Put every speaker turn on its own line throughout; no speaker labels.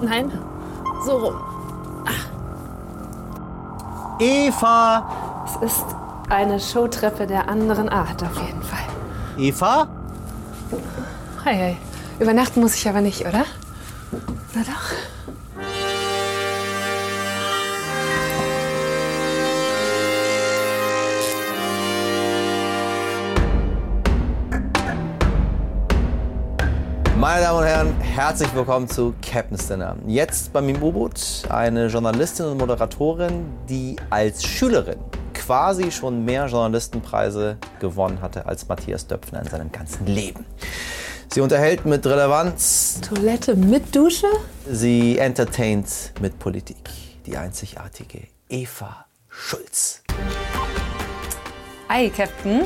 Nein, so rum.
Eva!
Es ist eine Showtreppe der anderen Art auf jeden Fall.
Eva?
Hei, hei. Übernachten muss ich aber nicht, oder? Na doch.
Meine Damen und Herren, herzlich willkommen zu Captain's Dinner. Jetzt bei mir im U-Boot eine Journalistin und Moderatorin, die als Schülerin quasi schon mehr Journalistenpreise gewonnen hatte als Matthias Döpfner in seinem ganzen Leben. Sie unterhält mit Relevanz,
Toilette mit Dusche?
sie entertaint mit Politik. Die einzigartige Eva Schulz.
Ei, Captain.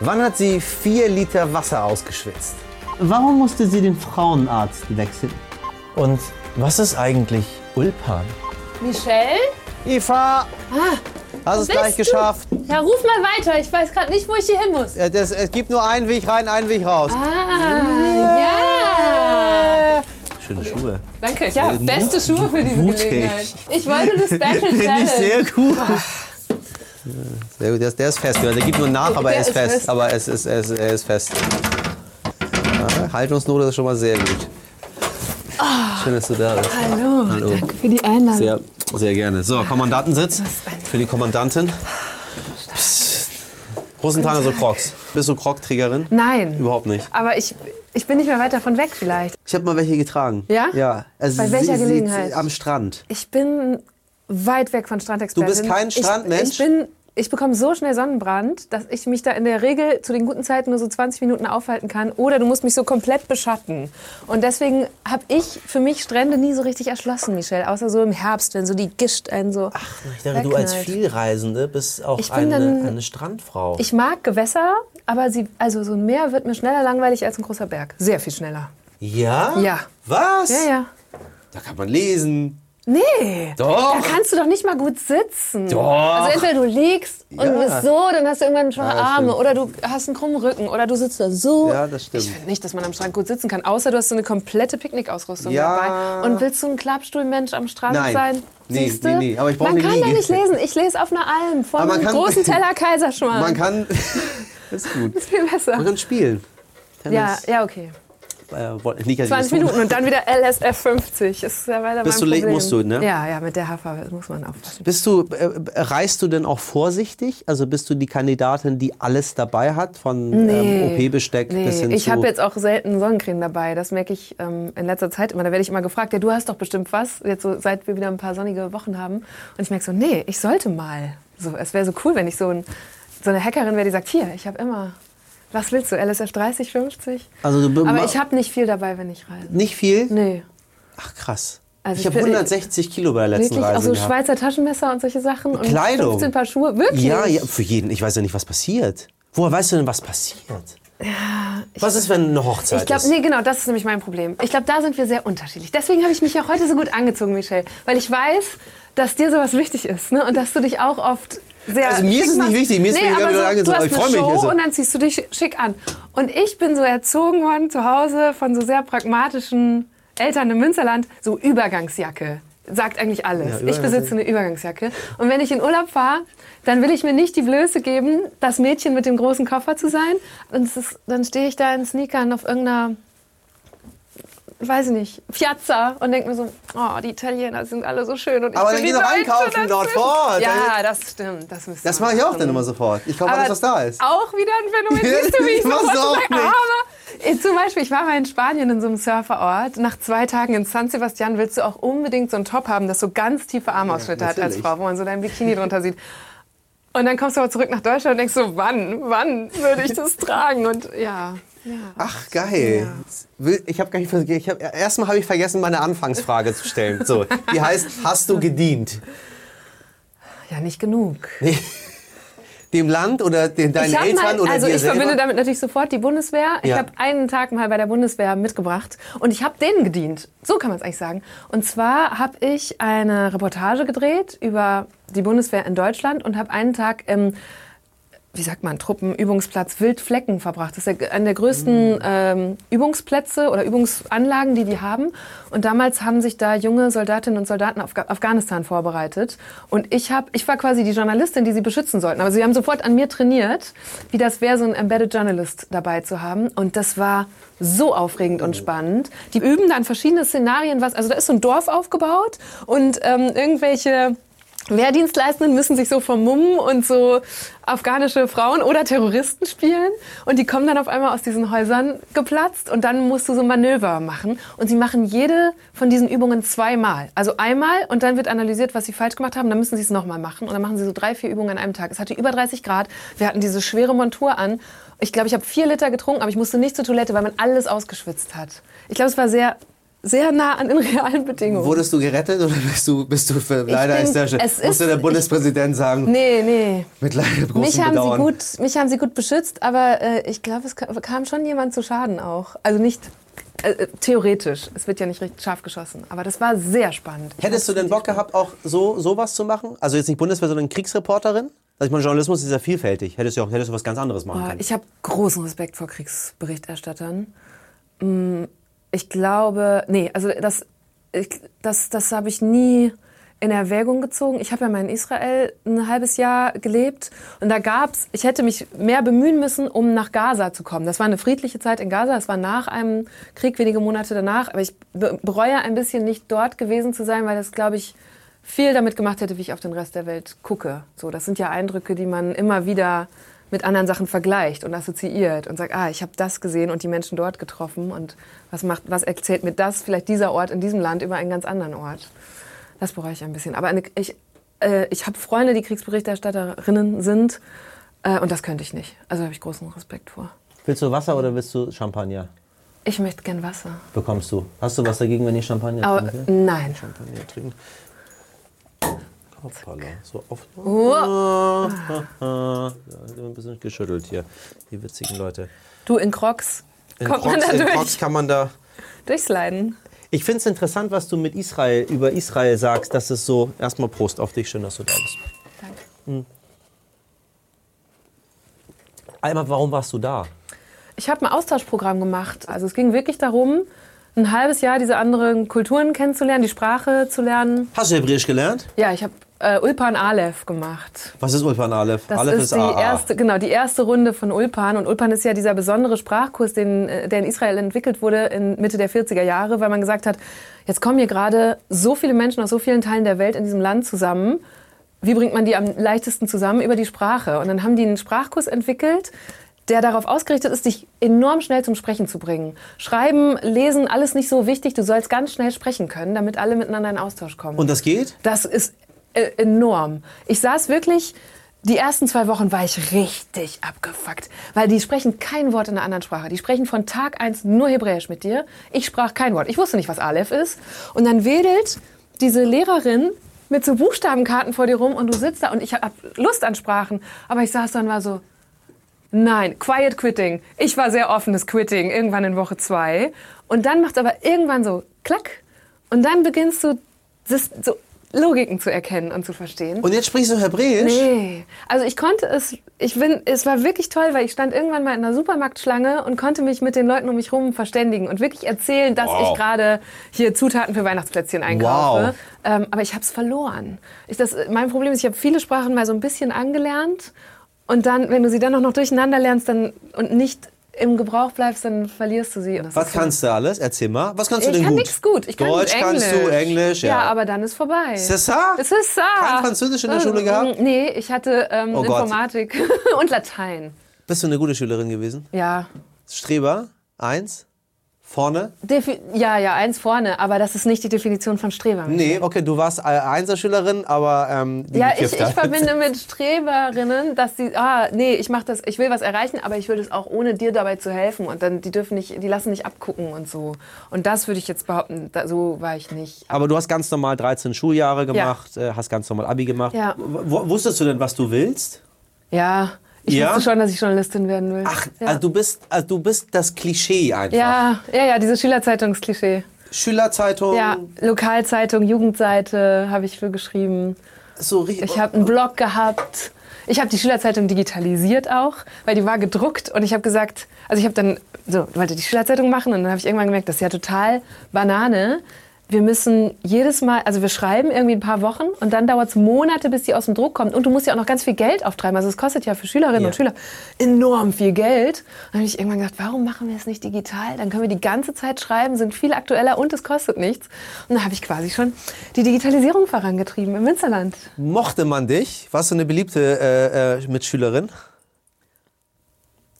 Wann hat sie vier Liter Wasser ausgeschwitzt?
Warum musste sie den Frauenarzt wechseln?
Und was ist eigentlich Ulpan?
Michelle?
Eva! Hast es gleich
bist du?
geschafft.
Ja, ruf mal weiter. Ich weiß gerade nicht, wo ich hier hin muss.
Äh, Das, es gibt nur einen Weg rein, einen Weg raus. Schöne Schuhe.
Danke. Ja, beste Schuhe für diese
Mutig.
Gelegenheit. Ich wollte das Battle
Finde ich
Challenge.
sehr gut.
Sehr gut, der, ist- der ist fest. Der gibt nur nach, aber er ist
ist
fest.
fest.
Aber es ist, er ist, er ist fest. Ja, Haltungsnote ist schon mal sehr gut. Schön, dass du da bist.
Hallo.
Hallo.
Danke für die Einladung.
Sehr, sehr gerne. So, Kommandantensitz für die Kommandantin. Rosenthaler so Crocs. Bist du Croc-Trägerin?
Nein.
Überhaupt nicht.
Aber ich, ich bin nicht mehr weit davon weg vielleicht.
Ich habe mal welche getragen.
Ja?
Ja. Also
Bei
sie-
welcher
sie-
Gelegenheit?
sie- Am Strand.
Ich bin weit weg von Strandexperten.
Du bist kein Strandmensch?
Ich, ich bin... Ich bekomme so schnell Sonnenbrand, dass ich mich da in der Regel zu den guten Zeiten nur so 20 Minuten aufhalten kann. Oder du musst mich so komplett beschatten. Und deswegen habe ich für mich Strände nie so richtig erschlossen, Michelle. Außer so im Herbst, wenn so die Gischt einen so.
Ich dachte, du als Vielreisende bist auch
Ich bin
eine,
dann-
eine Strandfrau.
Ich mag Gewässer, aber sie, also so ein Meer wird mir schneller langweilig als ein großer Berg. Sehr viel schneller.
ja?
Ja.
Was?
Ja, ja.
Da kann man lesen.
Nee. Da
Doch.
kannst du doch nicht mal gut sitzen.
Doch.
Also entweder du liegst und
Ja.
bist so, dann hast du irgendwann schwache
das
Arme.
stimmt.
Oder du hast einen krummen Rücken. Oder du sitzt da so.
Ja, das stimmt.
Ich finde nicht, dass man am Strand gut sitzen kann. Außer du hast so eine komplette Picknickausrüstung
Ja.
dabei. Und willst du ein Klappstuhlmensch am Strand
Nein.
sein?
Nee,
Siehste?
nee, nee. Aber ich brauch
man
eine
kann ja
Liege.
nicht lesen. Ich lese auf einer Alm vor
Aber
einem
man kann-
großen Teller Kaiserschmarrn.
Man kann. das ist gut.
das ist viel besser.
Man kann spielen.
Ja, ja, okay.
Äh, woll- nicht, dass ich das
20 Minuten und dann wieder LSF 50. Ist ja weiter
Bist
mein
du late,
Problem.
musst du, ne?
Ja, ja, mit der Hafer muss man aufpassen.
Bist du, äh, reist du denn auch vorsichtig? Also bist du die Kandidatin, die alles dabei hat, von ähm, OP-Besteck bis hin
ich
zu...
habe jetzt auch selten Sonnencreme dabei. Das merke ich ähm, in letzter Zeit immer. Da werde ich immer gefragt, ja, du hast doch bestimmt was, jetzt so, seit wir wieder ein paar sonnige Wochen haben. Und ich merke so, nee, ich sollte mal. So, es wäre so cool, wenn ich so, ein, so eine Hackerin wäre, die sagt, hier, ich habe immer. Was willst du, LSF 30, 50?
Also du be-
Aber ich habe nicht viel dabei, wenn ich reise.
Nicht viel?
Nee.
Ach krass.
Also
ich
ich
habe
bin-
160 Kilo bei der letzten
Wirklich? Auch
Reise
so
gehabt.
Schweizer Taschenmesser und solche Sachen? Und
Kleidung.
15 Paar Schuhe? Wirklich?
Ja, ja, für jeden. Ich weiß ja nicht, was passiert. Woher weißt du denn, was passiert? was ist, wenn eine Hochzeit
Ich glaube,
ist?
nee, genau, das ist nämlich mein Problem. Ich glaube, da sind wir sehr unterschiedlich. Deswegen habe ich mich ja heute so gut angezogen, Michelle. Weil ich weiß, dass dir sowas wichtig ist ne? und dass du dich auch oft sehr.
Also mir
schick
ist es nicht
machst.
wichtig, mir ist es
nee,
egal,
aber
wie
so,
du
du
angezogen
hast
bist. Ich
eine
freu mich,
Show
also.
und dann ziehst du dich schick an. Und ich bin so erzogen worden zu Hause von so sehr pragmatischen Eltern im Münsterland, so Übergangsjacke. Sagt eigentlich alles. ich besitze eine Übergangsjacke. Und wenn ich in Urlaub fahre, dann will ich mir nicht die Blöße geben, das Mädchen mit dem großen Koffer zu sein. Und es ist, dann stehe ich da in Sneakern auf irgendeiner weiß ich nicht, Piazza und denke mir so, oh, die Italiener sind alle so schön und ich
Aber
bin
dann
die
geh doch
Deutsche,
einkaufen
das
dort
ist-
vor Ort.
Ja, das stimmt, das müssen
Das
wir
mache ich auch
machen.
dann immer sofort. Ich kaufe
Aber
alles, was da ist.
Auch wieder ein Phänomen. Siehst du, wie ich
Ich mach's
sofort
auch
sage,
nicht.
aber äh, zum Beispiel, ich war mal in Spanien in so einem Surferort. Nach zwei Tagen in San Sebastian willst du auch unbedingt so einen Top haben, das so ganz tiefe Armausschnitte hat als
natürlich.
Frau, wo man so dein Bikini drunter sieht. Und dann kommst du aber zurück nach Deutschland und denkst so, wann, wann würde ich das tragen? Und ja, ja.
Ach, geil. Will- Ich habe gar nicht vergessen. Ich hab, erstmal habe ich vergessen, meine Anfangsfrage zu stellen. So, die heißt, hast du gedient?
Ja, nicht genug.
Dem Land oder den, deinen
hab
Eltern
mal,
oder
also
dir
ich verbinde
selber?
damit natürlich sofort die Bundeswehr. Ich
Ja.
habe einen Tag mal bei der Bundeswehr mitgebracht und ich habe denen gedient. So kann man es eigentlich sagen. Und zwar habe ich eine Reportage gedreht über die Bundeswehr in Deutschland und habe einen Tag im wie sagt man, Truppenübungsplatz Wildflecken verbracht. Das ist der, einer der größten ähm, Übungsplätze oder Übungsanlagen, die die haben. Und damals haben sich da junge Soldatinnen und Soldaten auf Ga- Afghanistan vorbereitet. Und ich habe, ich war quasi die Journalistin, die sie beschützen sollten. Aber sie haben sofort an mir trainiert, wie das wäre, so einen Embedded Journalist dabei zu haben. Und das war so aufregend und spannend. Die üben dann verschiedene Szenarien, was, also da ist so ein Dorf aufgebaut und ähm, irgendwelche Wehrdienstleistenden müssen sich so vermummen und so afghanische Frauen oder Terroristen spielen. Und die kommen dann auf einmal aus diesen Häusern geplatzt und dann musst du so Manöver machen. Und sie machen jede von diesen Übungen zweimal. Also einmal und dann wird analysiert, was sie falsch gemacht haben. Dann müssen sie es nochmal machen. Und dann machen sie so drei, vier Übungen an einem Tag. Es hatte über 30 Grad. Wir hatten diese schwere Montur an. Ich glaube, ich habe vier Liter getrunken, aber ich musste nicht zur Toilette, weil man alles ausgeschwitzt hat. Ich glaube, es war sehr, sehr nah an den realen Bedingungen.
Wurdest du gerettet oder bist du, bist du für, leider
bin-
ist der,
es ist-
musste der
ich-
Bundespräsident sagen,
nee, nee.
mit leider großem
Mich haben, sie
Bedauern.
gut, mich haben sie gut beschützt, aber äh, ich glaube, es ka- kam schon jemand zu Schaden auch. Also nicht äh, äh, theoretisch. Es wird ja nicht richtig scharf geschossen. Aber das war sehr spannend.
Hättest du denn Bock gehabt, auch so sowas zu machen? Also jetzt nicht Bundeswehr, sondern Kriegsreporterin? Also ich meine, Journalismus ist ja vielfältig. Hättest du auch hättest du was ganz anderes machen
Boah,
können.
ich habe großen Respekt vor Kriegsberichterstattern. Mm, Ich glaube, nee, also das, ich, das, das habe ich nie in Erwägung gezogen. Ich habe ja mal in Israel ein halbes Jahr gelebt und da gab's, ich hätte mich mehr bemühen müssen, um nach Gaza zu kommen. Das war eine friedliche Zeit in Gaza, es war nach einem Krieg, wenige Monate danach, aber ich be- bereue ein bisschen nicht dort gewesen zu sein, weil das, glaube ich, viel damit gemacht hätte, wie ich auf den Rest der Welt gucke. So, das sind ja Eindrücke, die man immer wieder mit anderen Sachen vergleicht und assoziiert und sagt, ah, ich habe das gesehen und die Menschen dort getroffen und was macht, was erzählt mir das vielleicht dieser Ort in diesem Land über einen ganz anderen Ort? Das bereue ich ein bisschen. Aber eine, ich, äh, ich habe Freunde, die Kriegsberichterstatterinnen sind äh, und das könnte ich nicht. Also da habe ich großen Respekt vor.
Willst du Wasser oder willst du Champagner?
Ich möchte gern Wasser.
Bekommst du. Hast du was dagegen, wenn ich Champagner
Aber
trinke?
nein.
Champagner trinken. Hoppala, so oft.
Oh.
Ja, ein bisschen geschüttelt hier, die witzigen Leute.
Du in Crocs
In
kommt
Crocs,
man da
in
durch.
Crocs kann man da
Durchsliden.
Ich finde es interessant, was du mit Israel über Israel sagst, dass es so erstmal Prost auf dich, schön, dass du da bist.
Danke.
Einmal, warum warst du da?
Ich habe ein Austauschprogramm gemacht. Also es ging wirklich darum, ein halbes Jahr diese anderen Kulturen kennenzulernen, die Sprache zu lernen.
Hast du Hebräisch gelernt?
Ja, ich habe äh, Ulpan Aleph gemacht.
Was ist Ulpan Aleph?
Das
Aleph
ist, die
AA.
erste, genau, die erste Runde von Ulpan. Und Ulpan ist ja dieser besondere Sprachkurs, den, äh, der in Israel entwickelt wurde in Mitte der 40er Jahre, weil man gesagt hat, jetzt kommen hier gerade so viele Menschen aus so vielen Teilen der Welt in diesem Land zusammen. Wie bringt man die am leichtesten zusammen über die Sprache? Und dann haben die einen Sprachkurs entwickelt, der darauf ausgerichtet ist, dich enorm schnell zum Sprechen zu bringen. Schreiben, lesen, alles nicht so wichtig. Du sollst ganz schnell sprechen können, damit alle miteinander in Austausch kommen.
Und das geht?
Das ist äh, enorm. Ich saß wirklich, die ersten zwei Wochen war ich richtig abgefuckt, weil die sprechen kein Wort in einer anderen Sprache. Die sprechen von Tag eins nur Hebräisch mit dir. Ich sprach kein Wort. Ich wusste nicht, was Aleph ist. Und dann wedelt diese Lehrerin mit so Buchstabenkarten vor dir rum und du sitzt da und ich hab Lust an Sprachen. Aber ich saß da und war so, Nein, Quiet Quitting. Ich war sehr offenes Quitting, irgendwann in Woche zwei. Und dann macht es aber irgendwann so klack. Und dann beginnst du das, so Logiken zu erkennen und zu verstehen.
Und jetzt sprichst du Hebräisch?
Nee. Also ich konnte es, ich bin, es war wirklich toll, weil ich stand irgendwann mal in einer Supermarktschlange und konnte mich mit den Leuten um mich herum verständigen und wirklich erzählen, dass
Wow.
ich gerade hier Zutaten für Weihnachtsplätzchen einkaufe.
Wow.
Ähm, aber ich habe es verloren. Ich, das, mein Problem ist, ich habe viele Sprachen mal so ein bisschen angelernt und dann, wenn du sie dann auch noch durcheinander lernst dann, und nicht im Gebrauch bleibst, dann verlierst du sie. Und das
Was
ist so-
kannst du alles? Erzähl mal. Was kannst du
ich
denn
kann
gut?
nichts gut. Ich kann
Deutsch
gut Englisch.
kannst du, Englisch, ja.
Ja, aber dann ist vorbei.
C'est ça?
Es ist ça.
Kein Französisch in der Schule gehabt?
Nee, ich hatte ähm,
Oh Gott.
Informatik und Latein.
Bist du eine gute Schülerin gewesen?
Ja.
Streber, eins. Vorne?
Defi ja, ja, eins vorne, aber das ist nicht die Definition von Streber.
Nee, okay, du warst äh, Einserschülerin, aber ähm, die
Ja, ich,
gekifft
ich
hat.
verbinde mit Streberinnen, dass sie, ah, nee, ich mach das, ich will was erreichen, aber ich will das auch ohne dir dabei zu helfen. Und dann, die dürfen nicht, die lassen nicht abgucken und so. Und das würde ich jetzt behaupten, da, so war ich nicht.
Aber du hast ganz normal 13 Schuljahre gemacht, äh, hast ganz normal Abi gemacht.
Ja.
W wusstest du denn, was du willst?
Ja, ich
Ja?
wusste schon, dass ich Journalistin werden will.
Ach,
ja.
also du bist, also du bist das Klischee einfach.
ja, ja, ja, dieses Schülerzeitungsklischee.
Schülerzeitung,
Ja, Lokalzeitung, Jugendseite habe ich für geschrieben.
so richtig.
Ich habe einen Blog gehabt. Ich habe die Schülerzeitung digitalisiert auch, weil die war gedruckt und ich habe gesagt, also ich habe dann so wollte die Schülerzeitung machen und dann habe ich irgendwann gemerkt, das ist ja total Banane. Wir müssen jedes Mal, also wir schreiben irgendwie ein paar Wochen und dann dauert es Monate, bis die aus dem Druck kommt. Und du musst ja auch noch ganz viel Geld auftreiben. Also es kostet ja für Schülerinnen
Ja.
und Schüler enorm viel Geld. Und dann habe ich irgendwann gedacht, warum machen wir es nicht digital? Dann können wir die ganze Zeit schreiben, sind viel aktueller und es kostet nichts. Und dann habe ich quasi schon die Digitalisierung vorangetrieben im Münsterland.
Mochte man dich?
Warst du eine beliebte äh, äh, Mitschülerin?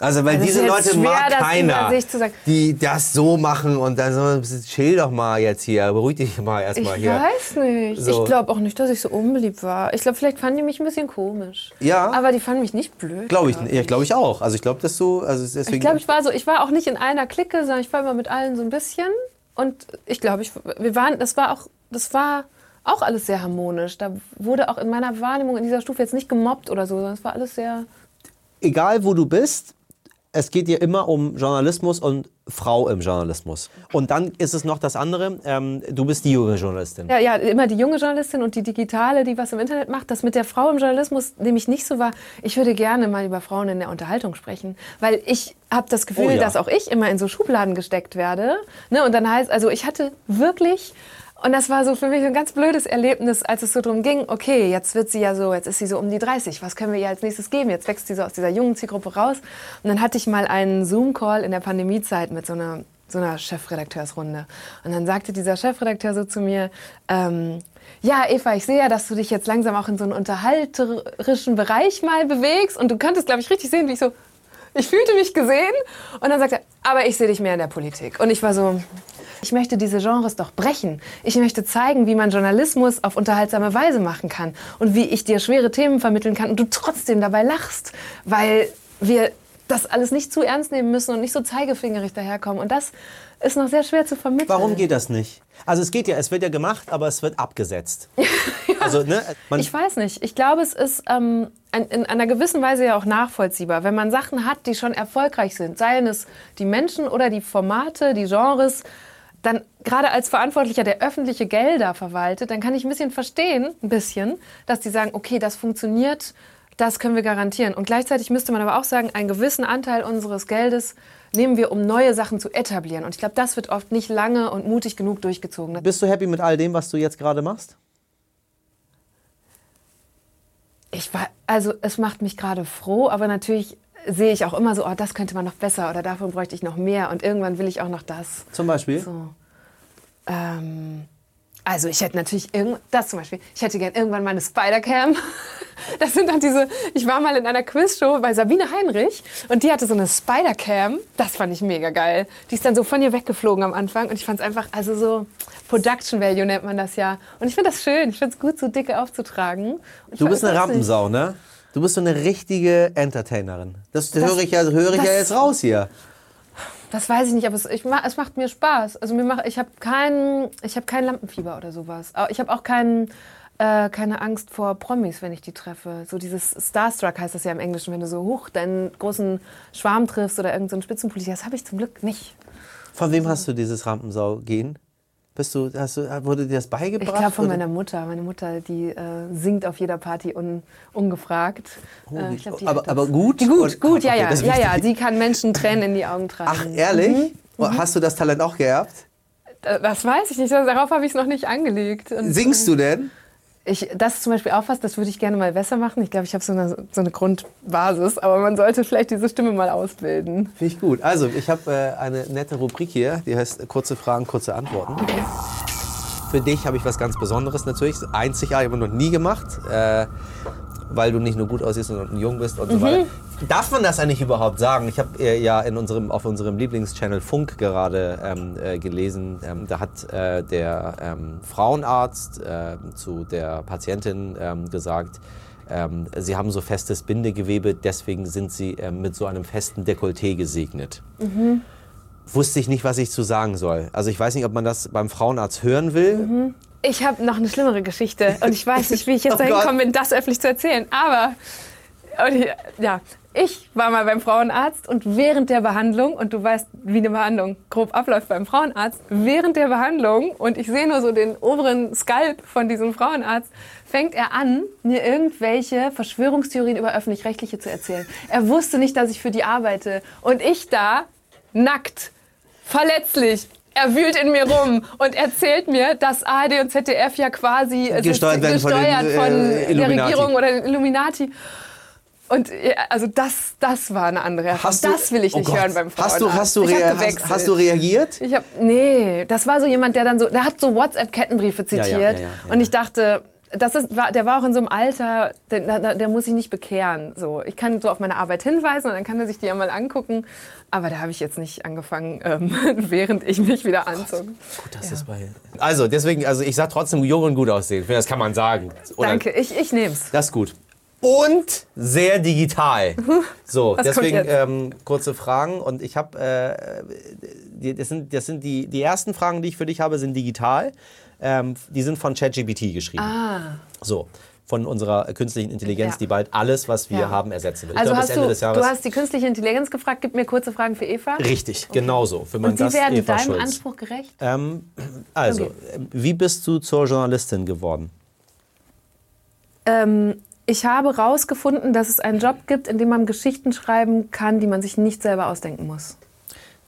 Also, weil
Also es
diese
ist
Leute
jetzt
mag
schwer, das
keiner,
über sich zu sagen.
die das so machen und dann so, chill doch mal jetzt hier, beruhig dich mal
Ich
erstmal hier.
weiß nicht.
So.
Ich glaube auch nicht, dass ich so unbeliebt war. Ich glaube, vielleicht fanden die mich ein bisschen komisch.
Ja.
Aber die fanden mich nicht blöd.
Glaube ich,
glaub
ja, glaube ich auch. Also ich glaube, dass du, also deswegen.
Ich glaube, ich war so, ich war auch nicht in einer Clique, sondern ich war immer mit allen so ein bisschen. Und ich glaube, ich, wir waren, das war auch, das war auch alles sehr harmonisch. Da wurde auch in meiner Wahrnehmung in dieser Stufe jetzt nicht gemobbt oder so, sondern es war alles sehr.
egal wo du bist, es geht dir immer um Journalismus und Frau im Journalismus. Und dann ist es noch das andere, ähm, du bist die junge Journalistin.
Ja, ja, immer die junge Journalistin und die digitale, die was im Internet macht. Das mit der Frau im Journalismus nehme ich nicht so wahr. Ich würde gerne mal über Frauen in der Unterhaltung sprechen, weil ich habe das Gefühl,
Oh ja.
dass auch ich immer in so Schubladen gesteckt werde. Ne? Und dann heißt, also ich hatte wirklich. Und das war so für mich ein ganz blödes Erlebnis, als es so drum ging, okay, jetzt wird sie ja so, jetzt ist sie so um die 30, was können wir ihr als nächstes geben? Jetzt wächst sie so aus dieser jungen Zielgruppe raus. Und dann hatte ich mal einen Zoom-Call in der Pandemiezeit mit so einer so einer Chefredakteursrunde. Und dann sagte dieser Chefredakteur so zu mir, ähm, ja, Eva, ich sehe ja, dass du dich jetzt langsam auch in so einen unterhalterischen Bereich mal bewegst. Und du konntest, glaube ich, richtig sehen, wie ich so, ich fühlte mich gesehen. Und dann sagte er, aber ich sehe dich mehr in der Politik. Und ich war so, ich möchte diese Genres doch brechen. Ich möchte zeigen, wie man Journalismus auf unterhaltsame Weise machen kann. Und wie ich dir schwere Themen vermitteln kann und du trotzdem dabei lachst. Weil wir das alles nicht zu ernst nehmen müssen und nicht so zeigefingerig daherkommen. Und das ist noch sehr schwer zu vermitteln.
Warum geht das nicht? Also es geht ja, es wird ja gemacht, aber es wird abgesetzt. Also ne, man,
Ich weiß nicht. Ich glaube, es ist ähm, ein, in einer gewissen Weise ja auch nachvollziehbar, wenn man Sachen hat, die schon erfolgreich sind, seien es die Menschen oder die Formate, die Genres, dann gerade als Verantwortlicher, der öffentliche Gelder verwaltet, dann kann ich ein bisschen verstehen, ein bisschen, dass die sagen, okay, das funktioniert, das können wir garantieren. Und gleichzeitig müsste man aber auch sagen, einen gewissen Anteil unseres Geldes nehmen wir, um neue Sachen zu etablieren. Und ich glaube, das wird oft nicht lange und mutig genug durchgezogen.
bist du happy mit all dem, was du jetzt gerade machst?
Ich war, also es macht mich gerade froh, aber natürlich sehe ich auch immer so, oh, das könnte man noch besser oder davon bräuchte ich noch mehr und irgendwann will ich auch noch das.
Zum Beispiel?
So. Ähm, also ich hätte natürlich irgend das zum Beispiel, ich hätte gern irgendwann mal eine Spider-Cam. Das sind dann diese, ich war mal in einer Quizshow bei Sabine Heinrich und die hatte so eine Spider-Cam. Das fand ich mega geil. Die ist dann so von ihr weggeflogen am Anfang und ich fand es einfach, also so Production Value nennt man das ja. Und ich finde das schön, ich finde es gut, so dicke aufzutragen. Und ich
Du
fand
bist
das lustig.
eine Rampensau, ne? Du bist so eine richtige Entertainerin. Das, höre ich, ja, höre ich ja
das-
jetzt raus hier.
Das weiß ich nicht, aber es, ich, ma- es macht mir Spaß. Also mir macht, ich habe kein, ich habe kein Lampenfieber oder sowas. Au- Ich habe auch keinen, äh, keine Angst vor Promis, wenn ich die treffe. So dieses Starstruck heißt das ja im Englischen, wenn du so hoch deinen großen Schwarm triffst oder irgendeinen so einen Spitzenpolitiker. Das habe ich zum Glück nicht.
Von wem hast du dieses Rampensau-Gehen? Bist du, hast du, wurde dir das beigebracht?
Ich glaube von
Oder-
meiner Mutter. Meine Mutter, die äh, singt auf jeder Party un, ungefragt. Äh, ich glaub, die
aber,
hat das.
aber gut?
Die gut,
Und-
gut, ja,
Okay,
ja,
das ist
ja, ja.
wichtig.
Sie kann Menschen Tränen in die Augen tragen.
Ach, ehrlich?
Mhm.
Hast du das Talent auch geerbt?
Äh, Das weiß ich nicht. Darauf habe ich es noch nicht angelegt. Und,
Singst du denn?
Ich, das ist zum Beispiel auch was, das würde ich gerne mal besser machen. Ich glaube, ich habe so eine, so eine Grundbasis, aber man sollte vielleicht diese Stimme mal ausbilden.
Finde ich gut. Also, ich habe äh, eine nette Rubrik hier, die heißt Kurze Fragen, kurze Antworten. Für dich habe ich was ganz Besonderes natürlich. Einzigartig, aber noch nie gemacht. Äh, weil du nicht nur gut aussiehst, sondern jung bist und so weiter. Darf man das eigentlich überhaupt sagen? Ich habe äh, ja in unserem, auf unserem Lieblingschannel Funk gerade ähm, äh, gelesen, ähm, da hat äh, der ähm, Frauenarzt äh, zu der Patientin ähm, gesagt, ähm, sie haben so festes Bindegewebe, deswegen sind sie ähm, mit so einem festen Dekolleté gesegnet. Wusste ich nicht, was ich zu sagen soll. Also ich weiß nicht, ob man das beim Frauenarzt hören will.
Ich habe noch eine schlimmere Geschichte und ich weiß nicht, wie ich jetzt
Oh
dahin
Gott.
komme, das öffentlich zu erzählen. Aber Und ich, ja, ich war mal beim Frauenarzt und während der Behandlung, und du weißt, wie eine Behandlung grob abläuft beim Frauenarzt, während der Behandlung, und ich sehe nur so den oberen Skalp von diesem Frauenarzt, fängt er an, mir irgendwelche Verschwörungstheorien über Öffentlich-Rechtliche zu erzählen. Er wusste nicht, dass ich für die arbeite. Und ich da, nackt, verletzlich, er wühlt in mir rum und erzählt mir, dass ARD und ZDF ja quasi es
Gesteuert
ist
werden von den,
gesteuert
äh,
von, der
Illuminati.
Regierung oder den Illuminati. Und ja, also das, das war eine andere Erfahrung.
Hast du-
das will ich
oh
nicht
Gott.
hören beim Frauenarzt.
Hast du, hast du,
ich
rea-
hab
hast,
gewechselt.
hast du reagiert?
ich hab, nee, das war so jemand, der dann so, der hat so WhatsApp-Kettenbriefe
ja,
zitiert.
ja, ja, ja.
Und ich dachte, das ist, war, der war auch in so einem Alter, der, der, der muss ich nicht bekehren. So, ich kann so auf meine Arbeit hinweisen und dann kann er sich die ja mal angucken. Aber da habe ich jetzt nicht angefangen, ähm, während ich mich wieder anzog.
Also, deswegen, also ich sag trotzdem jung und gut aussehen. Das kann man sagen. Oder-
Danke, ich, ich nehm's.
Das ist gut. Und sehr digital. So,
Was kommt
deswegen
jetzt?
ähm, kurze Fragen. Und ich habe, äh, die- das sind, das sind die, die ersten Fragen, die ich für dich habe, sind digital. Ähm, die sind von ChatGPT geschrieben. So, von unserer künstlichen Intelligenz,
Ah. Ja.
die bald alles, was wir
Ja.
haben, ersetzen wird.
Also
ich glaube, bis
hast
Ende
du,
des Jahres.
du hast die künstliche Intelligenz gefragt, gib mir kurze Fragen für Eva.
Richtig, genau so. Für meinen
Und die
Gast
werden
Eva
deinem
Schulz.
Anspruch gerecht?
Ähm, also,
Okay.
ähm, wie bist du zur Journalistin geworden?
Ähm, ich habe rausgefunden, dass es einen Job gibt, in dem man Geschichten schreiben kann, die man sich nicht selber ausdenken muss.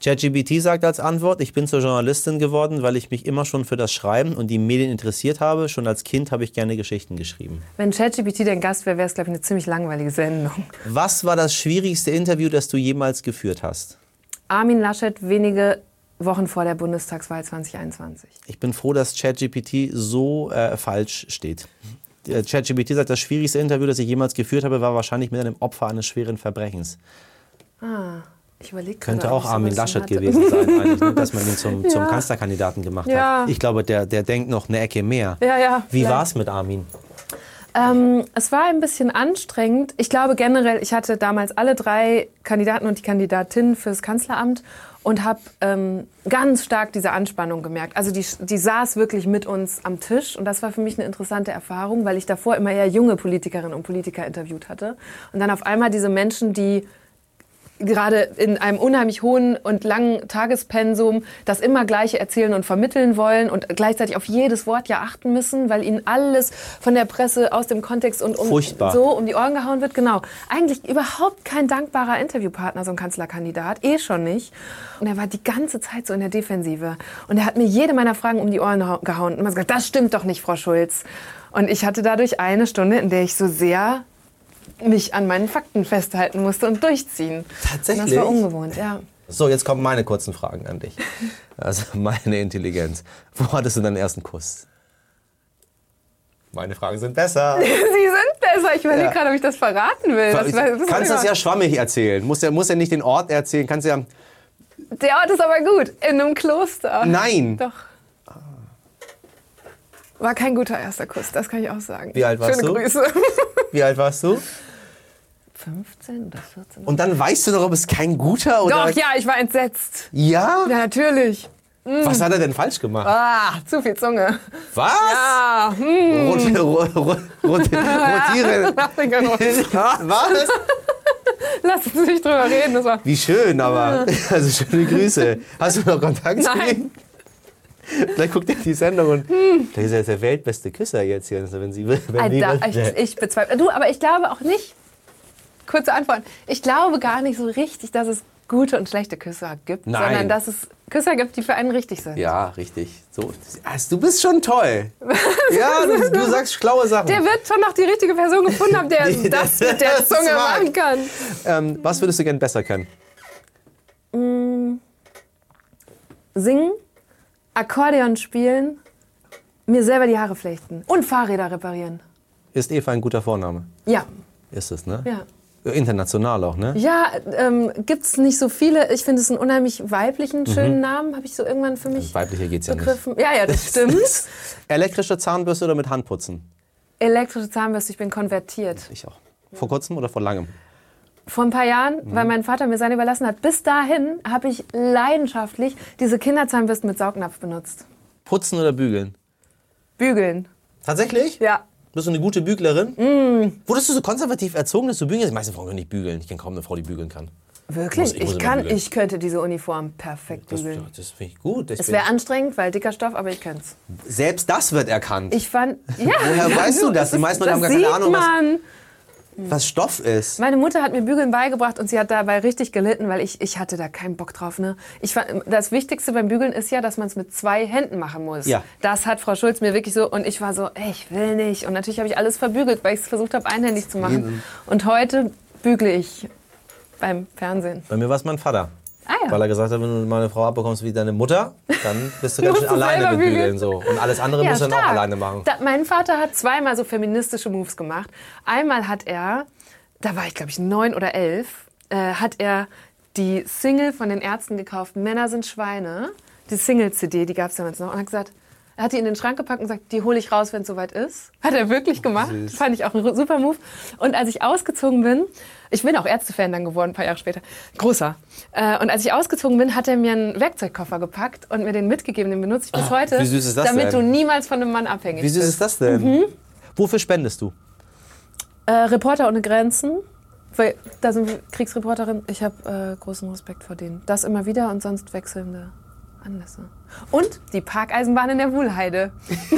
ChatGPT sagt als Antwort, ich bin zur Journalistin geworden, weil ich mich immer schon für das Schreiben und die Medien interessiert habe. Schon als Kind habe ich gerne Geschichten geschrieben.
Wenn ChatGPT dein Gast wäre, wäre es, glaube ich, eine ziemlich langweilige Sendung.
Was war das schwierigste Interview, das du jemals geführt hast?
Armin Laschet wenige Wochen vor der Bundestagswahl 2021.
Ich bin froh, dass ChatGPT so äh, falsch steht. Äh, ChatGPT sagt, das schwierigste Interview, das ich jemals geführt habe, war wahrscheinlich mit einem Opfer eines schweren Verbrechens.
Ah, ich überlege
Könnte auch Armin Laschet gewesen sein, eigentlich, ne, dass man ihn zum, zum
Ja.
Kanzlerkandidaten gemacht
Ja.
hat. Ich glaube, der, der denkt noch eine Ecke mehr.
Ja, ja,
Wie
vielleicht.
war es mit Armin?
Ähm, es war ein bisschen anstrengend. Ich glaube generell, ich hatte damals alle drei Kandidaten und die Kandidatin fürs Kanzleramt und habe ähm, ganz stark diese Anspannung gemerkt. Also die, die saß wirklich mit uns am Tisch und das war für mich eine interessante Erfahrung, weil ich davor immer eher junge Politikerinnen und Politiker interviewt hatte. Und dann auf einmal diese Menschen, die gerade in einem unheimlich hohen und langen Tagespensum das immer gleiche erzählen und vermitteln wollen und gleichzeitig auf jedes Wort ja achten müssen, weil ihnen alles von der Presse aus dem Kontext und um,
Furchtbar.
so um die Ohren gehauen wird. Genau. Eigentlich überhaupt kein dankbarer Interviewpartner, so ein Kanzlerkandidat. Eh schon nicht. Und er war die ganze Zeit so in der Defensive. Und er hat mir jede meiner Fragen um die Ohren hau- gehauen und immer gesagt, das stimmt doch nicht, Frau Schulz. Und ich hatte dadurch eine Stunde, in der ich so sehr mich an meinen Fakten festhalten musste und durchziehen.
Tatsächlich?
Und das war ungewohnt, ja.
So, jetzt kommen meine kurzen Fragen an dich. Also meine Intelligenz. Wo hattest du deinen ersten Kuss? Meine Fragen sind besser.
Sie sind besser. Ich überlege
Ja.
gerade, ob ich das verraten will. Das war- das
kannst
war-
das ja schwammig erzählen. Muss ja, muss ja nicht den Ort erzählen. Kannst ja.
Der Ort ist aber gut. In einem Kloster.
Nein.
Doch. War kein guter erster Kuss, das kann ich auch sagen.
Wie alt warst
Schöne
du?
Grüße.
Wie alt warst du?
15 oder 14?
Und dann weißt du doch, ob es kein guter oder.
Doch, ja, Hm. ich war entsetzt.
Ja?
Ja, natürlich.
Was hat er denn falsch gemacht?
Ah, zu viel Zunge.
Was?
Ah, hm.
Rot, rot, rot, rot, rotieren. Was?
Lass uns nicht drüber reden. Das war
Wie schön, aber. Also schöne Grüße. Hast du noch Kontakt zu
Nein.
ihm? Vielleicht guckt er die Sendung und. Vielleicht ist er jetzt der weltbeste Küsser jetzt hier. Also wenn sie, wenn
Alter,
niemand-
Äh, ich, ich bezweifle. Du, aber ich glaube auch nicht. Kurze Antwort. Ich glaube gar nicht so richtig, dass es gute und schlechte Küsser gibt,
Nein.
sondern dass es Küsser gibt, die für einen richtig sind.
Ja, richtig. So. Also, du bist schon toll. ja, du, du sagst schlaue Sachen.
Der wird schon noch die richtige Person gefunden haben, der
Die-
das mit der
das
Zunge
mag.
machen kann.
ähm, was würdest du gern besser können?
Singen, Akkordeon spielen, mir selber die Haare flechten und Fahrräder reparieren.
Ist Eva ein guter Vorname?
Ja,
Ist es, ne?
ja.
International auch, ne?
Ja, ähm, gibt es nicht so viele. Ich finde es einen unheimlich weiblichen, schönen Namen, habe ich so irgendwann für mich
Weiblicher geht's Mhm. ja nicht.
begriffen. Ja, ja, das stimmt.
Elektrische Zahnbürste oder mit Handputzen?
Elektrische Zahnbürste, ich bin konvertiert.
Ich auch. Vor kurzem oder vor langem?
Vor ein paar Jahren,
Mhm.
weil mein Vater mir seine überlassen hat. Bis dahin habe ich leidenschaftlich diese Kinderzahnbürsten mit Saugnapf benutzt.
Putzen oder bügeln?
Bügeln.
Tatsächlich?
Ja. Mm.
Bist du eine gute Büglerin? Wurdest du so konservativ erzogen, dass du bügeln kannst? Die meisten Frauen können nicht bügeln. Ich kenne kaum eine Frau, die bügeln kann.
Wirklich?
Ich muss- ich muss
Ich,
immer
kann,
bügeln.
ich könnte diese Uniform perfekt
Das,
bügeln.
das finde ich gut. Ich
Es
bin-
wäre anstrengend, weil dicker Stoff, aber ich kann's.
selbst das wird erkannt.
Ich fand. Ja,
Woher weißt du das? Die meisten Leute haben gar keine
sieht
Ahnung, was-
man.
was Stoff ist.
Meine Mutter hat mir Bügeln beigebracht und sie hat dabei richtig gelitten, weil ich, ich hatte da keinen Bock drauf. Ne? Ich fand, das Wichtigste beim Bügeln ist ja, dass man es mit zwei Händen machen muss.
Ja.
Das hat Frau Schulz mir wirklich so und ich war so, ey, ich will nicht. Und natürlich habe ich alles verbügelt, weil ich es versucht habe, einhändig zu machen. Und heute bügle ich beim Fernsehen.
Bei mir war es mein Vater.
Ah ja.
Weil er gesagt hat, wenn du mal eine Frau abbekommst wie deine Mutter, dann bist du ganz
Musst
schön
du
alleine
selber
mit Bügeln.
bügeln.
So. Und alles andere musst du dann auch
stark.
alleine machen.
Da, mein Vater hat zweimal so feministische Moves gemacht. Einmal hat er, da war ich glaube ich neun oder elf, äh, hat er die Single von den Ärzten gekauft, Männer sind Schweine, die Single-CD, die gab es damals noch, und hat gesagt, er hat die in den Schrank gepackt und gesagt, die hole ich raus, wenn es soweit ist. Hat er wirklich gemacht. Fand ich auch einen super Move. Und als ich ausgezogen bin, ich bin auch Ärztefan dann geworden, ein paar Jahre später. Großer. Äh, Und als ich ausgezogen bin, hat er mir einen Werkzeugkoffer gepackt und mir den mitgegeben. Den benutze ich bis heute.
Ah, wie süß ist das
Damit
denn?
du niemals von einem Mann abhängig
Wie süß
bist.
ist das denn?
Mhm.
Wofür spendest du?
Äh, Reporter ohne Grenzen. Weil da sind wir Kriegsreporterin. Ich habe äh, großen Respekt vor denen. Das immer wieder und sonst wechselnde Anlässe. Und die Parkeisenbahn in der Wuhlheide. die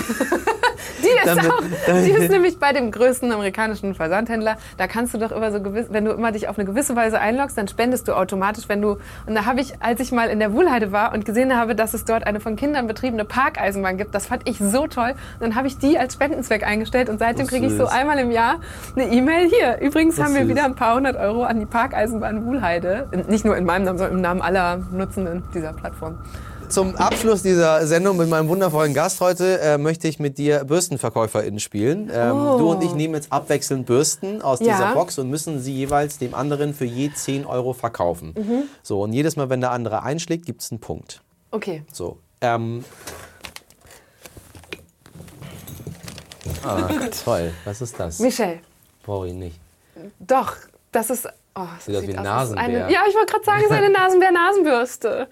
ist
Damit-
auch, die ist nämlich bei dem größten amerikanischen Versandhändler. Da kannst du doch immer so gewiss, wenn du immer dich auf eine gewisse Weise einloggst, dann spendest du automatisch, wenn du. Und da habe ich, als ich mal in der Wuhlheide war und gesehen habe, dass es dort eine von Kindern betriebene Parkeisenbahn gibt, das fand ich so toll. Und dann habe ich die als Spendenzweck eingestellt und seitdem kriege ich so
süß.
einmal im Jahr eine E-Mail. Hier, übrigens haben wir
süß.
wieder ein paar hundert Euro an die Parkeisenbahn Wuhlheide. Nicht nur in meinem Namen, sondern im Namen aller Nutzenden dieser Plattform.
Zum Abschluss dieser Sendung mit meinem wundervollen Gast heute äh, möchte ich mit dir BürstenverkäuferInnen spielen. Ähm, Du und ich nehmen jetzt abwechselnd Bürsten aus
Oh. Ja.
dieser Box und müssen sie jeweils dem anderen für je 10 Euro verkaufen.
Mhm.
So, und jedes Mal, wenn der andere einschlägt, gibt es einen Punkt.
Okay.
So. Ähm. Ah, toll. Was ist das?
Michelle,
Brauche ich nicht.
doch, das ist. Oh, das
Sieht aus wie ein
aus als
Nasenbär.
Eine, ja, ich wollte gerade sagen, es ist eine Nasenbär-Nasenbürste.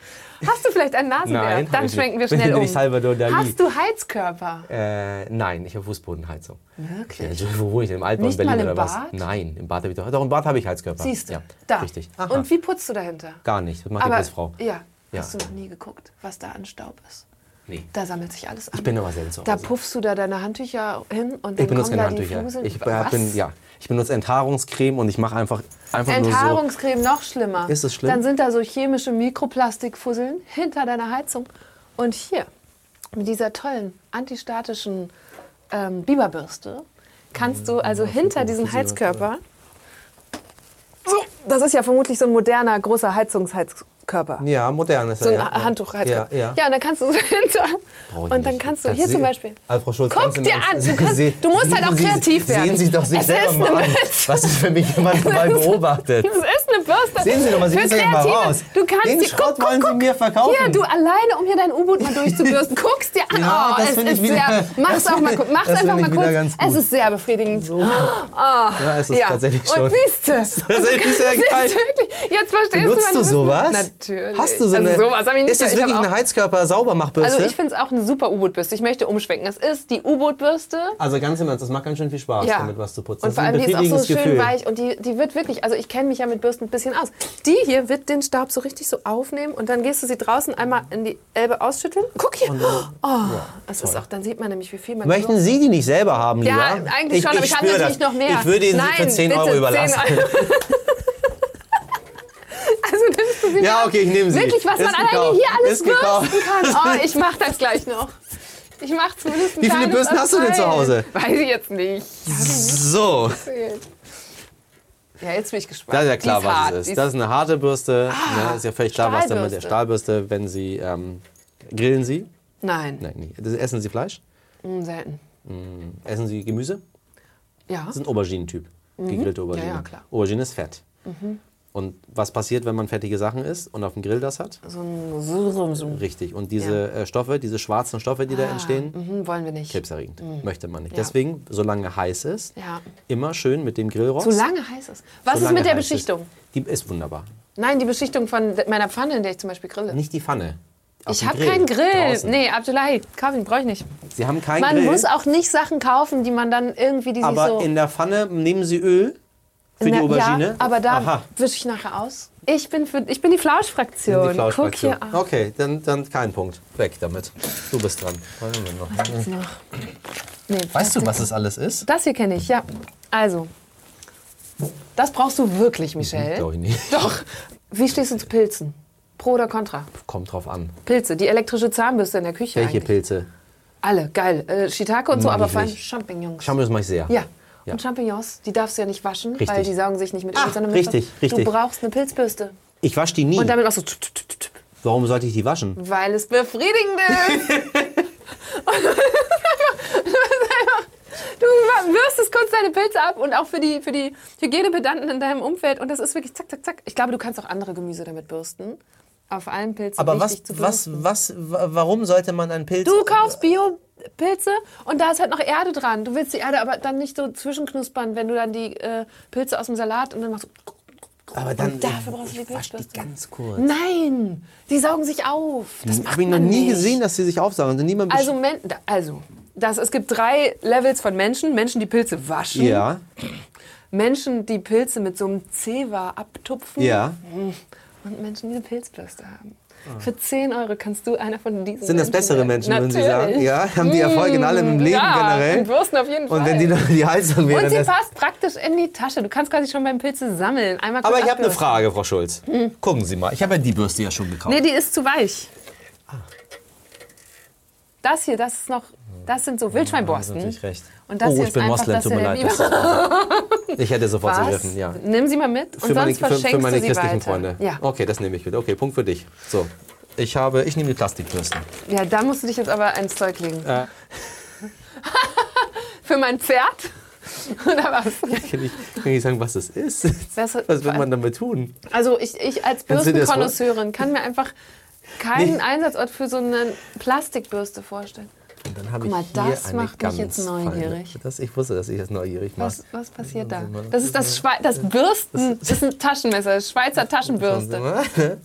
Hast du vielleicht einen Nasenbär?
Nein, hab
Dann
ich
schwenken wir
nicht.
schnell
Bin
um.
ich Salvador Dali?
Hast du Heizkörper?
Äh, nein, ich habe Fußbodenheizung. Ja,
Wirklich?
Entschuldigung, wo wohne ich denn? Im Altbau
Nicht
in Berlin
mal im
oder was?
Bad?
Nein, im Bad habe ich doch. Doch, im Bad habe ich Heizkörper.
Siehst du?
Ja,
da.
Richtig.
Und wie putzt du dahinter?
Gar nicht. Das macht die Putzfrau.
Ja.
Ja.
Hast du noch nie geguckt, was da an Staub ist?
Nee.
Da sammelt sich alles an.
Ich bin aber selten zu
Da
Hause.
puffst du da deine Handtücher hin und
Ich
dann
benutze
kommen da
keine
die
Handtücher.
Flusen.
Ich,
Was?
bin, ja, ich benutze Enthaarungscreme und ich mache einfach, einfach nur so.
Enthaarungscreme noch schlimmer.
Ist es schlimm?
Dann sind da so chemische Mikroplastikfusseln hinter deiner Heizung. Und hier, mit dieser tollen antistatischen ähm, Biberbürste, kannst du also hinter diesen Heizkörper. So, das ist ja vermutlich so ein moderner, großer Heizungsheizkörper.
Ja, modern ist
So ein
er, ja.
Handtuch
ja,
Heizkörper.
ja.
und dann kannst du so hinter.
Brauch
Und
ich
dann
nicht.
kannst du,
Kannst
hier
Sie-
zum Beispiel.
Also, Frau Schulz,
Guck
ganz im
dir
Ernst,
an,
Sie-
du, kannst,
Sie-
du musst halt auch
Sie-
kreativ werden.
Sehen Sie doch sich
Es
selber
ist
mal
eine
an,
Witz.
was ist, wenn mich jemand dabei beobachtet.
Das ist eine Bürste.
Sehen Sie doch mal, Sie
Für
müssen ja mal
Kreative.
raus.
Du kannst
Den
dir-
Schrott wollen Sie mir verkaufen.
Hier, du alleine, um hier dein U-Boot mal durchzubürsten, guckst dir an.
Ja,
oh,
das
es
find ich
ist
wieder-
sehr,
das
mach's auch
find
mal,
ich-
kurz- mach's
das find
einfach
ich
mal
wieder
kurz.
ganz gut.
Es ist sehr befriedigend. So.
Ja, es ist tatsächlich schon.
Und siehste.
Das ist wirklich sehr geil.
Jetzt verstehst
Benutzt
du,
du
meine
sowas?
Natürlich.
Hast du so
also
eine,
sowas hab ich nicht.
ist das
Ich hab
wirklich
auch-
eine Heizkörper-Saubermachbürste?
Also ich finde es auch eine super U-Boot-Bürste. Ich möchte umschwenken. Es ist die U-Boot-Bürste.
Also ganz im Ernst, das macht ganz schön viel Spaß, damit was zu putzen.
Und
Das
vor
ist ein
allem, die ist auch so
befriedigendes
schön
Gefühl.
weich und die, die wird wirklich, also ich kenne mich ja mit Bürsten ein bisschen aus. Die hier wird den Staub so richtig so aufnehmen und dann gehst du sie draußen einmal in die Elbe ausschütteln. Guck hier! Oh, das ist auch, dann sieht man nämlich, wie viel man
Möchten Sie die nicht selber haben,
Ja,
lieber?
eigentlich schon, aber ich habe
spür
natürlich
das.
noch mehr.
Ich würde Ihnen
Nein,
sie für 10
bitte,
Euro überlassen.
10 Euro. also nimmst du sie
Ja,
mal.
okay, ich nehme sie.
Wirklich, was
Ist
man alleine
gekauft.
hier alles
Ist gekauft.
bürsten kann. Oh, ich mach das gleich noch. Ich mach zumindest ein
Wie viele
kleines
Bürsten hast du denn zu
Abteil.
Hause?
Weiß ich jetzt nicht.
So,
Ja, jetzt bin ich gespannt.
das ist ja klar,
Die
was
hart,
es
die
ist. Das ist eine harte Bürste. ne? Ist ja völlig klar, was dann mit der
Stahlbürste.
Stahlbürste, wenn Sie ähm, grillen Sie?
Nein,
Nein, nicht. Das- Essen Sie Fleisch?
Hm, selten.
Essen Sie Gemüse?
Ja.
Das ist ein Auberginentyp. Gegrillte Aubergine.
Mhm. Ja, ja, klar. Mhm.
Aubergine ist fett. Und was passiert, wenn man fettige Sachen isst und auf dem Grill das hat?
So ein Syrum, so ein
Richtig. Und diese äh, Stoffe, diese schwarzen Stoffe, die da entstehen,
Mhm, wollen wir nicht.
krebserregend. Möchte man nicht.
Mhm. Ja.
Deswegen, solange heiß ist,
Ja.
immer schön mit dem Grillrost.
So lange heiß ist. Was ist
solange
mit der
heiß
Beschichtung?
Ist. Die ist wunderbar.
Nein, die Beschichtung von de- meiner Pfanne, in der ich zum Beispiel grille.
Nicht die Pfanne. Auf
ich
dem
habe
Grill,
keinen Grill.
draußen.
Nee, Abdullahi, kauf ihn, brauche ich nicht.
Sie haben keinen
Man
Grill.
muss auch nicht Sachen kaufen, die man dann irgendwie, die
aber
sich so...
in der Pfanne nehmen Sie Öl für
Na,
die Aubergine.
Ja, aber da
Aha.
wische ich nachher aus. Ich bin, für, ich bin die Flauschfraktion.
Die
Guck
Flauschfraktion.
hier an.
Okay, dann, dann kein Punkt. Weg damit. Du bist dran.
Gibt's noch. Nee,
Weißt du, was es alles ist?
Das hier kenne ich, ja. Also, das brauchst du wirklich, Michelle.
Glaube ich nicht.
Doch. Wie stehst du zu Pilzen? Pro oder Contra?
Kommt drauf an.
Pilze, die elektrische Zahnbürste in der Küche
Welche
eigentlich.
Pilze?
Alle, geil. Äh, Shiitake und so,
Mag
aber
ich
vor allem
nicht.
Champignons.
Champignons mache ich sehr.
ja.
Ja.
Und Champignons, die darfst du ja nicht waschen, weil
Richtig.
die saugen sich nicht mit
Ah,
Öl, sondern mit
richtig,
Wasser.
richtig.
Du brauchst eine Pilzbürste.
Ich wasche die nie.
Und damit machst du... tsch, tsch, tsch, tsch,
Warum sollte ich die waschen?
Weil es befriedigend ist. Und Du würstest kurz deine Pilze ab und auch für die, für die Hygienepedanten in deinem Umfeld. Und das ist wirklich zack, zack, zack. Ich glaube, du kannst auch andere Gemüse damit bürsten. Auf allen Pilzen.
Aber was,
richtig zu
was,
bürsten.
was, wa- warum sollte man einen Pilz...
Du kaufst Bio-Pilze und da ist halt noch Erde dran. Du willst die Erde aber dann nicht so zwischenknuspern, wenn du dann die äh, Pilze aus dem Salat und dann machst du.
aber dann,
Und dafür brauchst du die
Ich wasch die
Pilzbürste.
ganz kurz.
Nein! Die saugen sich auf. Das macht
Habe ich noch
man
nie
nicht.
gesehen, dass sie sich aufsagen. Und Niemand
Also, Men da- also das, es gibt drei Levels von Menschen. Menschen, die Pilze waschen.
ja,
Menschen, die Pilze mit so einem Zewa abtupfen. Mm.
ja.
Und Menschen, die eine Pilzbürste haben. Für 10 Euro kannst du einer von diesen
Sind das bessere
werden.
Menschen, würden Sie
hm, Natürlich. Hm,
sagen? Ja, haben die Erfolg in allem im Leben
ja,
generell.
Und Bürsten auf jeden Fall.
Und wenn die noch die Heizung
Und sie
wäre,
passt praktisch in die Tasche. Du kannst quasi schon beim Pilze sammeln. Einmal kurz
Aber ich habe eine
abbürsten.
Frage, Frau Schulz. Gucken Sie mal, ich habe ja die Bürste ja schon gekauft.
Hm. Nee, die ist zu weich.
Ah.
Das hier, das ist noch, das sind so Wildschweinborsten.
natürlich recht.
Und das
oh,
hier
ich
ist
bin
einfach
Moslem,
das
tut
hier
mir
der Liebe.
leid. das- Ich hätte sofort
Was?
zergriffen, ja.
Nimm sie mal mit und
Für meine,
sonst
für,
verschenkst
für meine
du sie
christlichen
weiter.
Freunde.
Ja.
Okay, das nehme ich mit. Okay, Punkt für dich. So. Ich habe, ich nehme die Plastikbürsten.
ja, da musst du dich jetzt aber ins Zeug legen.
Äh.
für mein Pferd? Oder was?
Kann ich, kann ich sagen, was das ist?
Was-
was will man damit tun?
Also ich, ich als
Kannst du dir das vor-
Bürstenkonnoisseurin kann mir einfach keinen
Nee.
Einsatzort für so eine Plastikbürste vorstellen.
Und dann habe
Guck mal,
ich hier
das
eine
macht mich jetzt
ganz feine-
neugierig.
Das, ich wusste, dass ich das neugierig mache.
Was, was passiert da? Das ist das, Schwe das Bürsten, das ist ein Taschenmesser, das Schweizer Taschenbürste.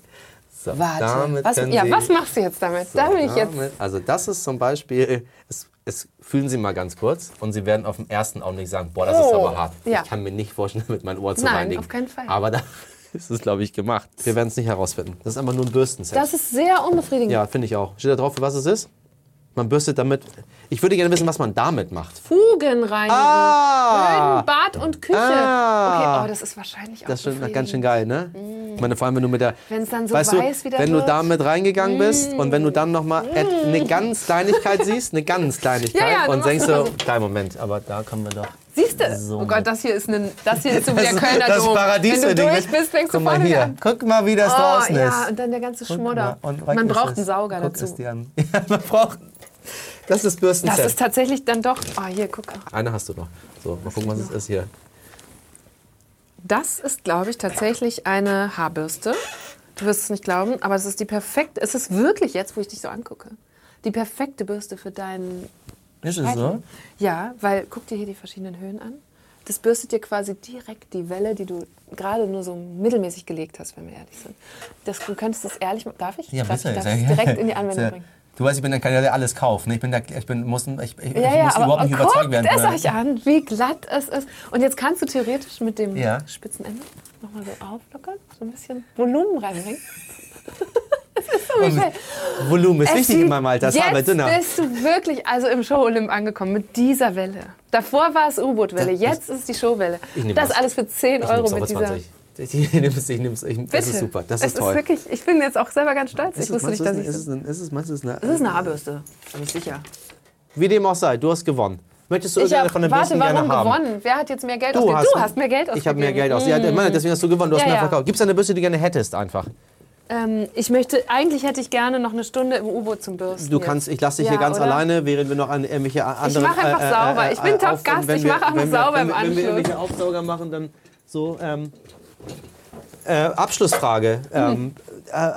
So,
Warte,
damit
was,
können
ja,
Sie-
was machst du jetzt damit? da bin ich jetzt.
damit- Also das ist zum Beispiel, es, es fühlen Sie mal ganz kurz und Sie werden auf dem ersten Augenblick sagen, boah, das ist
Oh,
aber hart.
ja.
Ich kann mir nicht vorstellen, damit mein Ohr zu
Nein,
reinigen.
auf keinen Fall.
Aber da ist es, glaube ich, gemacht. Wir werden es nicht herausfinden. Das ist einfach nur ein Bürstenset.
Das ist sehr unbefriedigend.
ja, finde ich auch. Steht da drauf, für was es ist? Man bürstet damit. Ich würde gerne wissen, was man damit macht.
Fugen reinigen.
Ah!
Böden, Bad und Küche.
Ah.
Okay, oh, das ist wahrscheinlich auch
Das ist schon
befriedigend.
ganz schön geil, ne? Ich meine, vor allem, wenn du mit der.
Wenn's dann so
weißt
weiß
du,
wieder
Wenn du
wird. Mm.
damit reingegangen bist und wenn du dann nochmal eine ganz Kleinigkeit siehst, eine ganz Kleinigkeit,
Ja, ja, dann
und
machst
denkst
du
so, kleinen Moment, aber da kommen wir doch.
Siehst du?
So.
oh Gott, das hier ist, ein, das hier ist so wie der
Das-
Kölner
das
Dom.
Paradies
Wenn du
für dich.
durch bist, fängst du
Guck mal
vorne wieder
hier.
an.
Guck mal, wie das
Oh,
draußen
ja,
ist.
und dann der ganze
Guck
Schmodder.
mal, und weg
Man
ist
braucht
es.
einen Sauger
Guck es
dazu.
dir an. Ja, man braucht. Das ist Bürstenset.
Das ist tatsächlich dann doch. Oh, hier, guck.
Eine hast du noch. So, mal gucken, was es ist hier.
Das ist, glaube ich, tatsächlich eine Haarbürste. Du wirst es nicht glauben, aber es ist die perfekte. Es ist wirklich jetzt, wo ich dich so angucke, die perfekte Bürste für deinen.
Ist es so?
Ja, weil guck dir hier die verschiedenen Höhen an. Das bürstet dir quasi direkt die Welle, die du gerade nur so mittelmäßig gelegt hast, wenn wir ehrlich sind. Das, du könntest es ehrlich machen. Darf ich?
Ja,
darf
bitte.
ich, darf
Sehr
ich
gerne.
direkt in die Anwendung
Sehr-
bringen?
Du weißt, ich bin der Kandidat, der alles kauft. ne? Ich, bin der, ich bin, muss, ich, ich, Also ich
Ja, ja,
muss
aber
überhaupt
oh,
nicht überzeugt
guckt
werden.
es euch an, wie glatt es ist. Und jetzt kannst du theoretisch mit dem
Ja.
spitzen Ende nochmal so auflockern, so ein bisschen Volumen reinbringen.
Volumen ist wichtig in meinem Alter. Das
jetzt
aber dünner.
bist du wirklich also im Show-Olymp angekommen mit dieser Welle. Davor war es U-Boot-Welle, jetzt ist es die Showwelle.
Ich nehm
Das
was.
alles für 10
Ich
Euro
nehm's
mit
aber
dieser...
20. Ich nehm's, ich nehm's, ich, das ist
Bitte.
super, das
es
ist toll.
wirklich, ich bin jetzt auch selber ganz stolz.
Ist
ich
es-
wusste nicht,
meinst du,
dass ich
ist
das.
es ein- ist es- meinst du, es ist eine-
Das ist eine Haarbürste, bin ich sicher.
Wie dem auch sei, du hast gewonnen. Möchtest du
Ich
irgendeine
hab,
von den
warte,
Bürsten
warum
gerne haben?
gewonnen? Wer hat jetzt mehr Geld ausgegeben? du hast mehr Geld ausgegeben.
Ich habe mehr Geld ausgegeben. Ja, Mann, deswegen hast du gewonnen. Du hast
Mm. Ja,
mehr
ja.
verkauft. Gibt es eine Bürste, die du gerne hättest einfach?
Ähm, ich möchte, eigentlich hätte ich gerne noch eine Stunde im U-Boot zum Bürsten.
Du
jetzt.
kannst, ich lasse dich hier
Ja,
ganz
oder?
alleine, während wir noch an irgendwelche anderen. äh,
mach einfach sauber. Ich bin
auf-
Top-Gast,
wenn
ich
wir-
mach auch noch
wenn wir-
sauber
wenn
im
wir- Wenn wir
Anschluss.
irgendwelche Aufsauger machen, dann so. Ähm, äh, Abschlussfrage. Ähm, äh,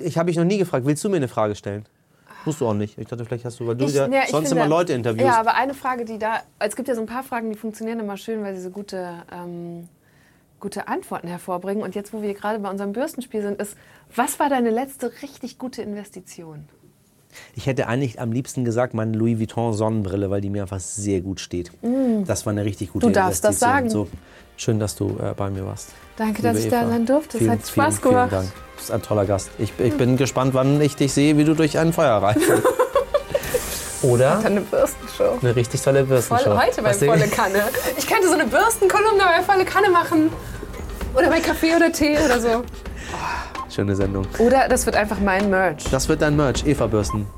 ich habe dich noch nie gefragt. Willst du mir eine Frage stellen? Musst du auch nicht. Ich dachte, vielleicht hast du, weil du
Ich-
ja
ne, ich
sonst
finde-
immer Leute interviewst.
Ja, aber eine Frage, die da. Es gibt ja so ein paar Fragen, die funktionieren immer schön, weil sie so gute ähm, gute Antworten hervorbringen. Und jetzt, wo wir gerade bei unserem Bürstenspiel sind, ist, was war deine letzte richtig gute Investition?
Ich hätte eigentlich am liebsten gesagt, meine Louis Vuitton Sonnenbrille, weil die mir einfach sehr gut steht. Das war eine richtig gute
Mm. Du darfst das
Investition.
sagen.
So, schön, dass du äh, bei mir warst.
Danke,
liebe
dass ich da
Eva.
sein durfte. Es
Vielen,
hat Spaß
vielen,
gemacht. Hm.
Vielen Dank. Du bist ein toller Gast. Ich, ich bin gespannt, wann ich dich sehe, wie du durch ein Feuer reitest. Oder
Deine Bürstenshow.
eine richtig tolle
Voll,
Bürstenshow.
heute bei
Was denk-
Volle Kanne. Ich könnte so eine Bürstenkolumne bei Volle Kanne machen. Oder bei Kaffee oder Tee oder so.
Schöne Sendung.
Oder das wird einfach mein Merch.
Das wird dein Merch, Eva Bürsten.